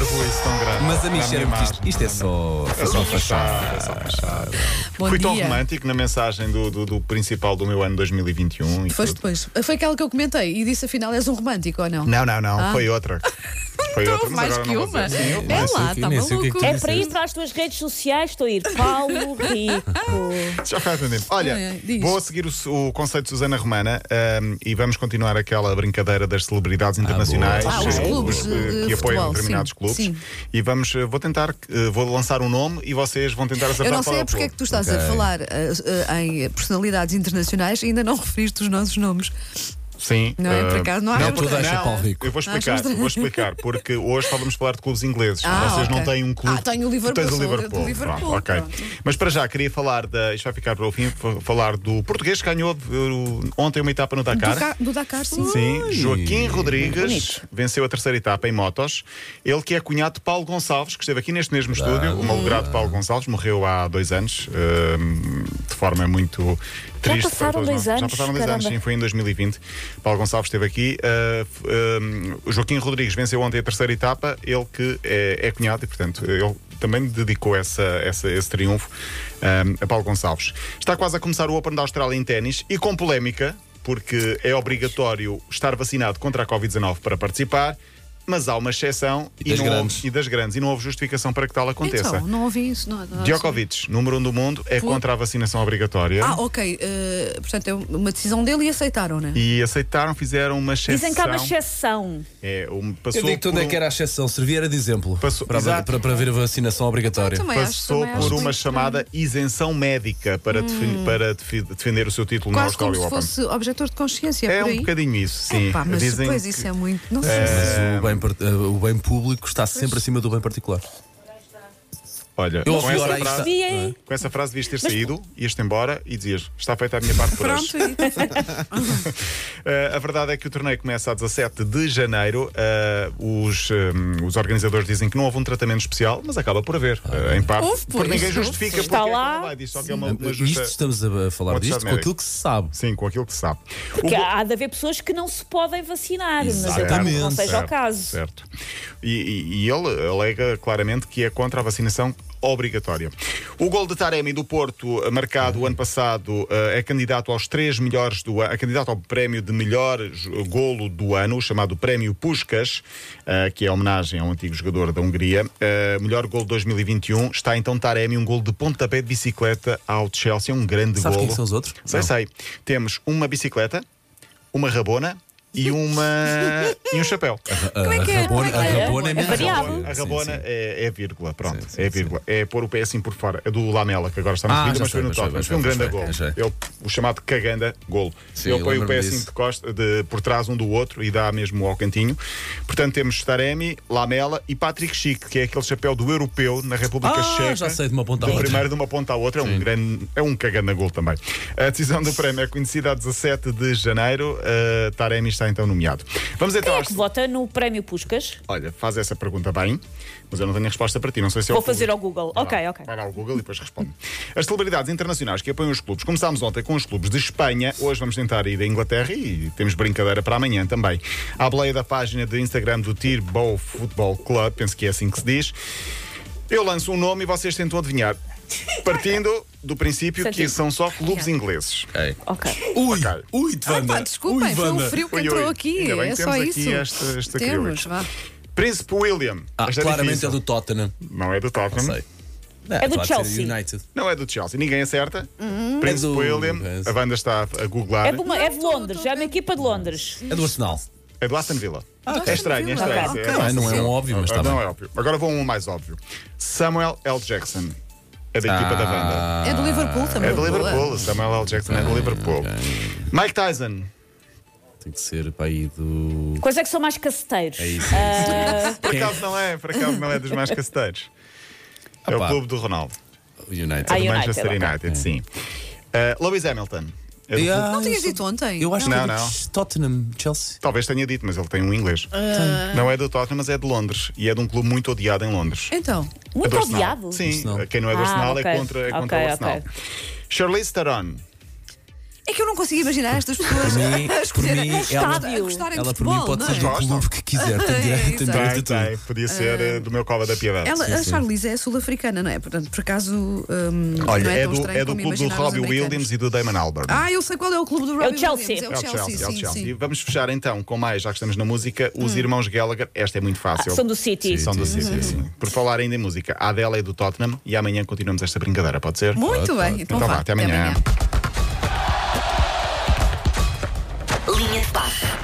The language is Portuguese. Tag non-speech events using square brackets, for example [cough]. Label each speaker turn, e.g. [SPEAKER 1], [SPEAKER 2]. [SPEAKER 1] roubo isso tão grande.
[SPEAKER 2] Mas a mim
[SPEAKER 1] Na minha
[SPEAKER 2] cheira-me que isto,
[SPEAKER 1] imagem.
[SPEAKER 2] isto é só.
[SPEAKER 1] É só fachada. É só fachada.
[SPEAKER 3] Bom
[SPEAKER 1] Fui tão
[SPEAKER 3] dia.
[SPEAKER 1] romântico na mensagem do, do- do principal do meu ano 2021. e
[SPEAKER 3] Foste
[SPEAKER 1] tudo.
[SPEAKER 3] depois. Ah, Foi aquela que eu comentei e disse afinal és um romântico ou não?
[SPEAKER 1] Não, não, não.
[SPEAKER 3] Ah.
[SPEAKER 1] Foi
[SPEAKER 3] [laughs]
[SPEAKER 1] outra. Foi outra, mas
[SPEAKER 3] mais
[SPEAKER 1] agora
[SPEAKER 3] que
[SPEAKER 1] não vou
[SPEAKER 3] uma.
[SPEAKER 1] dizer. Sim, eu-
[SPEAKER 3] é
[SPEAKER 2] sei
[SPEAKER 3] lá,
[SPEAKER 2] que-
[SPEAKER 3] está
[SPEAKER 2] nem sei o que é
[SPEAKER 3] maluco.
[SPEAKER 2] que
[SPEAKER 4] É para ir para as tuas redes sociais, estou a ir. Paulo Rico.
[SPEAKER 1] Já faz um tempo. Olha,
[SPEAKER 3] É, diz.
[SPEAKER 1] vou seguir o, su- o conceito de Susana Romana ahm, e vamos continuar aquela brincadeira das celebridades internacionais
[SPEAKER 3] boa. Ah, os
[SPEAKER 1] eh, eh,
[SPEAKER 3] clubes de
[SPEAKER 1] que apoiam
[SPEAKER 3] futebol,
[SPEAKER 1] determinados
[SPEAKER 3] sim,
[SPEAKER 1] clubes.
[SPEAKER 3] sim.
[SPEAKER 1] E vamos, eh, vou tentar, eh, vou lançar um nome e vocês vão tentar acertar
[SPEAKER 3] Eu não
[SPEAKER 1] qual
[SPEAKER 3] sei
[SPEAKER 1] é
[SPEAKER 3] é
[SPEAKER 1] o
[SPEAKER 3] porque é
[SPEAKER 1] clube.
[SPEAKER 3] que tu estás
[SPEAKER 2] Ok.
[SPEAKER 3] a falar ah, ah, em personalidades internacionais e ainda não referiste os nossos nomes.
[SPEAKER 1] Sim.
[SPEAKER 3] Não é,
[SPEAKER 1] eh,
[SPEAKER 3] por acaso, não há
[SPEAKER 2] tu
[SPEAKER 3] outra.
[SPEAKER 2] deixa, Paulo Rico.
[SPEAKER 1] Eu vou explicar,
[SPEAKER 3] estranho.
[SPEAKER 1] vou explicar, porque hoje só vamos falar de clubes ingleses.
[SPEAKER 3] Ah,
[SPEAKER 1] Vocês não
[SPEAKER 3] ok.
[SPEAKER 1] têm um clube.
[SPEAKER 3] Ah, tenho o
[SPEAKER 1] Tu
[SPEAKER 3] Liverpool,
[SPEAKER 1] Tens o
[SPEAKER 3] sou do
[SPEAKER 1] Liverpool.
[SPEAKER 3] Liverpool,
[SPEAKER 1] Pronto, ok.
[SPEAKER 3] pronto.
[SPEAKER 1] Mas para já, queria falar da. Isto vai ficar para o fim, fa- falar do português que ganhou eh, ontem uma etapa no Dakar.
[SPEAKER 3] Do, Ca- do Dakar, sim.
[SPEAKER 1] Sim, Joaquim Rodrigues
[SPEAKER 4] Bonito.
[SPEAKER 1] venceu a terceira etapa em motos. Ele que é cunhado de Paulo Gonçalves, que esteve aqui neste mesmo estúdio. O malogrado Paulo Gonçalves morreu há dois anos, hum, de forma muito triste. para
[SPEAKER 4] passaram
[SPEAKER 1] todos
[SPEAKER 4] dois
[SPEAKER 1] nós. Já
[SPEAKER 4] anos,
[SPEAKER 1] passaram dois anos,
[SPEAKER 4] caramba.
[SPEAKER 1] sim, foi em 2020. Paulo Gonçalves esteve aqui. Ah, f- hum, o Joaquim Rodrigues venceu ontem a terceira etapa. Ele que é, é cunhado e, portanto, ele também dedicou essa, essa- esse triunfo hum, a Paulo Gonçalves. Está quase a começar o Open da Austrália em ténis e com polémica, porque é obrigatório estar vacinado contra a Covid-19 para participar. Mas há uma exceção
[SPEAKER 2] E das
[SPEAKER 1] não houve-
[SPEAKER 2] grandes.
[SPEAKER 1] e das grandes, e não houve justificação para que tal aconteça.
[SPEAKER 3] Então, não ouvi isso. Não, não-
[SPEAKER 1] Djokovic, número um do mundo, é contra a vacinação obrigatória.
[SPEAKER 3] Ah, ok. ah, portanto, é uma decisão dele e aceitaram, né?
[SPEAKER 1] E aceitaram, fizeram uma exceção.
[SPEAKER 4] Dizem que há uma exceção.
[SPEAKER 1] É, um, passou
[SPEAKER 2] Eu digo-te
[SPEAKER 1] por
[SPEAKER 2] onde é
[SPEAKER 1] um-
[SPEAKER 2] que era a exceção, servia era de exemplo
[SPEAKER 1] Passou-
[SPEAKER 2] para,
[SPEAKER 1] Exato.
[SPEAKER 2] para, para ver a vacinação obrigatória.
[SPEAKER 3] Então, Também acho,
[SPEAKER 1] Passou
[SPEAKER 3] também acho
[SPEAKER 1] por uma
[SPEAKER 3] muito
[SPEAKER 1] chamada isenção médica para, defi- para defi- defender o seu título na
[SPEAKER 3] Quase como
[SPEAKER 1] Australia
[SPEAKER 3] se
[SPEAKER 1] Open.
[SPEAKER 3] fosse objetor de consciência.
[SPEAKER 1] É
[SPEAKER 3] por aí.
[SPEAKER 1] um bocadinho isso, sim.
[SPEAKER 3] Epá, mas
[SPEAKER 1] Dizem
[SPEAKER 3] depois
[SPEAKER 1] que- eh,
[SPEAKER 3] isso é muito. Não sei se-
[SPEAKER 2] Mas o bem, par- eh, o bem público está sempre acima do bem particular.
[SPEAKER 1] Olha,
[SPEAKER 2] Eu
[SPEAKER 1] com,
[SPEAKER 2] ouvi
[SPEAKER 1] essa
[SPEAKER 2] ora aí está.
[SPEAKER 1] frase,
[SPEAKER 4] Vi aí.
[SPEAKER 1] com essa frase devias ter saído, ias-te embora e dizias: Está feita a minha parte por hoje.
[SPEAKER 3] Pronto, e está feito.
[SPEAKER 1] Uh, a verdade é que o torneio começa a 17 de janeiro. Uh, os, um, os organizadores dizem que não houve um tratamento especial, mas acaba por haver. Uh, em parte,
[SPEAKER 3] Houve,
[SPEAKER 1] porque
[SPEAKER 3] pois.
[SPEAKER 1] ninguém justifica
[SPEAKER 4] Está
[SPEAKER 1] porque é que
[SPEAKER 4] lá.
[SPEAKER 1] ela vai. Diz só que é uma, uma
[SPEAKER 2] Eh, Isto
[SPEAKER 1] justa.
[SPEAKER 2] estamos a falar
[SPEAKER 1] Uma
[SPEAKER 2] disto
[SPEAKER 1] justa
[SPEAKER 2] com
[SPEAKER 1] médica.
[SPEAKER 2] aquilo que se sabe.
[SPEAKER 1] Sim, com aquilo que se sabe.
[SPEAKER 4] Porque
[SPEAKER 1] O-
[SPEAKER 4] há de haver pessoas que não se podem vacinar, mas eu
[SPEAKER 2] Exatamente.
[SPEAKER 4] temo que não seja o
[SPEAKER 1] Certo,
[SPEAKER 4] caso.
[SPEAKER 1] Certo. E, e- e ele alega claramente que é contra a vacinação obrigatória. O gol de Taremi do Porto, eh, marcado o ano passado, eh, é candidato aos três melhores do ano, é candidato ao prémio de melhor jo- golo do ano, o chamado Prémio Puskas, eh, que é homenagem a um antigo jogador da Hungria. Eh, Melhor golo de 2021 está então Taremi, um golo de pontapé de bicicleta ao Chelsea, um grande
[SPEAKER 2] Sabes
[SPEAKER 1] golo.
[SPEAKER 2] quem são os outros?
[SPEAKER 1] Sei,
[SPEAKER 2] Não.
[SPEAKER 1] sei. Temos uma bicicleta, uma rabona
[SPEAKER 2] [laughs]
[SPEAKER 1] e uma e um chapéu.
[SPEAKER 3] Como é que
[SPEAKER 2] A
[SPEAKER 3] é? Como
[SPEAKER 2] Eh, Rabona,
[SPEAKER 3] é que
[SPEAKER 2] a
[SPEAKER 3] é?
[SPEAKER 2] Rabona é,
[SPEAKER 4] É variável.
[SPEAKER 2] mesmo.
[SPEAKER 1] A
[SPEAKER 2] Sim,
[SPEAKER 1] rabona
[SPEAKER 2] sim.
[SPEAKER 1] É, é vírgula, pronto,
[SPEAKER 2] Sim, sim,
[SPEAKER 1] é vírgula. É pôr o pé assim por fora. É do Lamela, que agora está no
[SPEAKER 2] Ah,
[SPEAKER 1] vídeo,
[SPEAKER 2] já
[SPEAKER 1] mas
[SPEAKER 2] sei,
[SPEAKER 1] foi no
[SPEAKER 2] já sei,
[SPEAKER 1] top. Mas
[SPEAKER 2] já
[SPEAKER 1] foi um
[SPEAKER 2] sei,
[SPEAKER 1] grande
[SPEAKER 2] já
[SPEAKER 1] gol.
[SPEAKER 2] sei.
[SPEAKER 1] É o, o chamado caganda gol.
[SPEAKER 2] Sim,
[SPEAKER 1] Ele põe o
[SPEAKER 2] lembro-me
[SPEAKER 1] pé
[SPEAKER 2] disso.
[SPEAKER 1] assim de, costa, de- por trás um do outro e dá mesmo ao cantinho. Portanto, temos Taremi, Lamela e Patrick Schick, que é aquele chapéu do europeu na República
[SPEAKER 2] Ah,
[SPEAKER 1] Checa.
[SPEAKER 2] já sei de uma ponta à
[SPEAKER 1] Do
[SPEAKER 2] outra.
[SPEAKER 1] primeiro de uma ponta à outra é um, grande, é um cagando gol também. A decisão do prémio é conhecida a 17 de janeiro. Uh, Taremi está então nomeado. Vamos então
[SPEAKER 4] Quem é
[SPEAKER 1] às-
[SPEAKER 4] que vota no Prémio Puscas?
[SPEAKER 1] Olha, faz essa pergunta bem, mas eu não tenho a resposta para ti. Não sei se é
[SPEAKER 4] Vou
[SPEAKER 1] o público.
[SPEAKER 4] fazer ao Google.
[SPEAKER 1] Vai
[SPEAKER 4] Ok,
[SPEAKER 1] lá,
[SPEAKER 4] ok.
[SPEAKER 1] Vai lá ao Google e depois responde. As celebridades internacionais que apoiam os clubes. Começámos ontem com os clubes de Espanha, hoje vamos tentar ir da Inglaterra e temos brincadeira para amanhã também. À boleia da página do Instagram do Tirbow Football Club, penso que é assim que se diz. Eu lanço um nome e vocês tentam adivinhar. Partindo do princípio que
[SPEAKER 4] Santinho.
[SPEAKER 1] são só clubes ingleses.
[SPEAKER 4] Ok.
[SPEAKER 2] Ui,
[SPEAKER 1] Ok.
[SPEAKER 2] ui, de
[SPEAKER 3] Ah, pá,
[SPEAKER 2] Wanda.
[SPEAKER 3] desculpem,
[SPEAKER 2] Ui,
[SPEAKER 3] foi
[SPEAKER 2] Wanda.
[SPEAKER 3] o frio que
[SPEAKER 1] Ui,
[SPEAKER 3] entrou
[SPEAKER 1] ui.
[SPEAKER 3] aqui.
[SPEAKER 1] Ainda bem
[SPEAKER 3] É
[SPEAKER 1] que
[SPEAKER 3] só
[SPEAKER 1] temos
[SPEAKER 3] isso.
[SPEAKER 1] aqui esta- esta
[SPEAKER 3] temos,
[SPEAKER 1] crioulo.
[SPEAKER 3] vá.
[SPEAKER 1] Príncipe William.
[SPEAKER 2] Ah,
[SPEAKER 1] Esta
[SPEAKER 2] claramente
[SPEAKER 1] difícil.
[SPEAKER 2] é do Tottenham.
[SPEAKER 1] Não é do Tottenham.
[SPEAKER 2] Sei.
[SPEAKER 4] É do
[SPEAKER 2] pode ser
[SPEAKER 4] Chelsea.
[SPEAKER 2] United.
[SPEAKER 1] Não é do Chelsea, ninguém acerta. Príncipe
[SPEAKER 2] É do-
[SPEAKER 1] William,
[SPEAKER 2] é.
[SPEAKER 1] a banda está a googlar.
[SPEAKER 4] Hum. É de, uma- é de
[SPEAKER 3] Não, tô-
[SPEAKER 4] Londres,
[SPEAKER 3] tô
[SPEAKER 4] é uma
[SPEAKER 3] bem.
[SPEAKER 4] equipa de Londres.
[SPEAKER 2] É do Arsenal.
[SPEAKER 1] É do Aston Villa.
[SPEAKER 4] Ah,
[SPEAKER 3] ok.
[SPEAKER 1] É estranho, é
[SPEAKER 3] Aston
[SPEAKER 1] estranho. É
[SPEAKER 4] Villa.
[SPEAKER 2] Não é, não é
[SPEAKER 1] Aston
[SPEAKER 2] um
[SPEAKER 1] Villa.
[SPEAKER 2] óbvio, mas
[SPEAKER 1] Ah,
[SPEAKER 2] está
[SPEAKER 1] não
[SPEAKER 2] bem.
[SPEAKER 1] é óbvio. Agora vou a um mais óbvio. Samuel L. Jackson é da equipa
[SPEAKER 2] Ah.
[SPEAKER 1] da banda.
[SPEAKER 3] É do Liverpool também.
[SPEAKER 1] É do Liverpool. Samuel L. Jackson
[SPEAKER 2] Ah,
[SPEAKER 1] é do Liverpool. Mike Tyson.
[SPEAKER 2] Tem que ser para aí do.
[SPEAKER 4] Quais é que são mais caceteiros?
[SPEAKER 2] É isso.
[SPEAKER 1] Por acaso não é, por acaso não é dos mais caceteiros. É o
[SPEAKER 2] Opa. É.
[SPEAKER 1] clube do Ronaldo. É
[SPEAKER 2] United.
[SPEAKER 4] Ah,
[SPEAKER 1] Do
[SPEAKER 4] United,
[SPEAKER 1] Manchester
[SPEAKER 4] ok.
[SPEAKER 1] United, sim. Ah, Lewis Hamilton. É do
[SPEAKER 2] Ah,
[SPEAKER 1] clube-
[SPEAKER 3] Não
[SPEAKER 2] eu
[SPEAKER 3] tinhas
[SPEAKER 2] sou-
[SPEAKER 3] dito ontem?
[SPEAKER 2] Eu acho que
[SPEAKER 1] Não,
[SPEAKER 2] é do
[SPEAKER 1] não.
[SPEAKER 2] Tottenham, Chelsea.
[SPEAKER 1] Talvez tenha dito, mas ele tem um inglês. Não é do Tottenham, mas é de Londres. E é de um clube muito odiado em Londres. É
[SPEAKER 3] Então,
[SPEAKER 4] Muito
[SPEAKER 1] do Arsenal.
[SPEAKER 4] odiado.
[SPEAKER 1] Sim,
[SPEAKER 2] Arsenal.
[SPEAKER 1] quem não é do
[SPEAKER 4] Ah,
[SPEAKER 1] Arsenal
[SPEAKER 4] ok.
[SPEAKER 1] é contra, é contra
[SPEAKER 4] Ok,
[SPEAKER 1] o Arsenal.
[SPEAKER 4] ok.
[SPEAKER 1] Charlize Theron
[SPEAKER 3] É que eu não consigo imaginar estas pessoas
[SPEAKER 2] mim-
[SPEAKER 3] [laughs] a
[SPEAKER 2] por
[SPEAKER 3] escolherem
[SPEAKER 2] mim,
[SPEAKER 3] a
[SPEAKER 2] ela-
[SPEAKER 3] gostarem de futebol.
[SPEAKER 2] Ela, por mim, pode
[SPEAKER 3] não
[SPEAKER 2] ser
[SPEAKER 3] é?
[SPEAKER 2] do clube que quiser.
[SPEAKER 3] [laughs]
[SPEAKER 2] Tem direito, tem
[SPEAKER 3] exato.
[SPEAKER 2] direito a
[SPEAKER 1] Tem,
[SPEAKER 2] tudo.
[SPEAKER 1] tem. Podia ser eh, do meu cova da piedade.
[SPEAKER 3] Ela,
[SPEAKER 1] Sim,
[SPEAKER 3] a
[SPEAKER 1] sim.
[SPEAKER 3] Charlize é sul-africana, não é? Portanto, por acaso. hum,
[SPEAKER 1] Olha,
[SPEAKER 3] não é,
[SPEAKER 1] é,
[SPEAKER 3] tão
[SPEAKER 1] do,
[SPEAKER 3] estranho
[SPEAKER 1] é do clube
[SPEAKER 3] como
[SPEAKER 1] do
[SPEAKER 3] imaginar os
[SPEAKER 1] Robbie
[SPEAKER 3] americanos.
[SPEAKER 1] Williams e do Damon Albarn.
[SPEAKER 3] Ah, eu sei qual é o clube do Robbie
[SPEAKER 4] Chelsea.
[SPEAKER 3] Williams.
[SPEAKER 1] É o Chelsea, é o
[SPEAKER 3] sim,
[SPEAKER 1] Chelsea. E
[SPEAKER 3] sim.
[SPEAKER 1] vamos fechar então com mais, já que estamos na música, os irmãos Gallagher. Esta é muito fácil.
[SPEAKER 4] Ah, são do City.
[SPEAKER 1] São do City, sim. Por falar ainda em música, a Adele é do Tottenham e amanhã continuamos esta brincadeira, pode ser?
[SPEAKER 3] Muito Então bem,
[SPEAKER 1] Então vá, até amanhã.